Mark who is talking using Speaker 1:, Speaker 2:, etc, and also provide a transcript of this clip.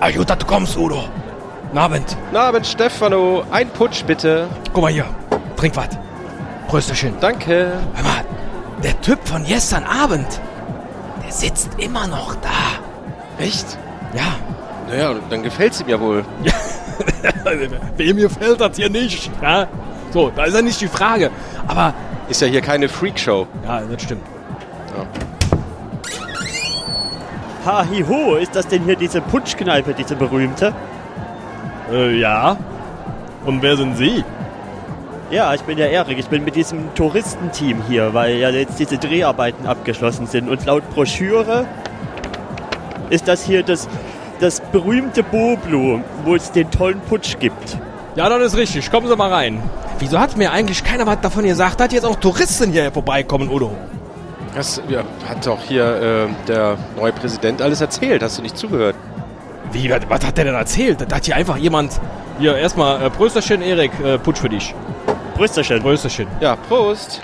Speaker 1: Aiuta tu kommst, Udo. Guten Abend.
Speaker 2: Guten Abend, Stefano. Ein Putsch bitte.
Speaker 1: Guck mal hier. Trink was. Prösterchen.
Speaker 2: Danke.
Speaker 1: Hör mal, der Typ von gestern Abend, der sitzt immer noch da.
Speaker 2: Echt?
Speaker 1: Ja.
Speaker 2: Naja, dann gefällt's ihm ja wohl.
Speaker 1: Wem gefällt das hier nicht? Ja? So, da ist ja nicht die Frage. Aber,
Speaker 2: Ist ja hier keine Freakshow.
Speaker 1: ja, das stimmt.
Speaker 3: Ha, hi, ho, ist das denn hier diese Putschkneipe, diese berühmte?
Speaker 4: Äh, ja. Und wer sind Sie?
Speaker 3: Ja, ich bin ja Erik, ich bin mit diesem Touristenteam hier, weil ja jetzt diese Dreharbeiten abgeschlossen sind. Und laut Broschüre ist das hier das, das berühmte Boblo, wo es den tollen Putsch gibt.
Speaker 4: Ja, das ist richtig. Kommen Sie mal rein.
Speaker 1: Wieso hat mir eigentlich keiner was davon gesagt, dass jetzt auch Touristen hier vorbeikommen, Udo?
Speaker 2: Das ja, hat doch hier äh, der neue Präsident alles erzählt. Hast du nicht zugehört?
Speaker 1: Wie, was, was hat der denn erzählt? Da hat hier einfach jemand...
Speaker 4: Hier, erstmal äh, Prösterchen, Erik. Äh, Putsch für dich.
Speaker 3: Brüsterchen.
Speaker 4: Prösterchen.
Speaker 2: Ja, Prost.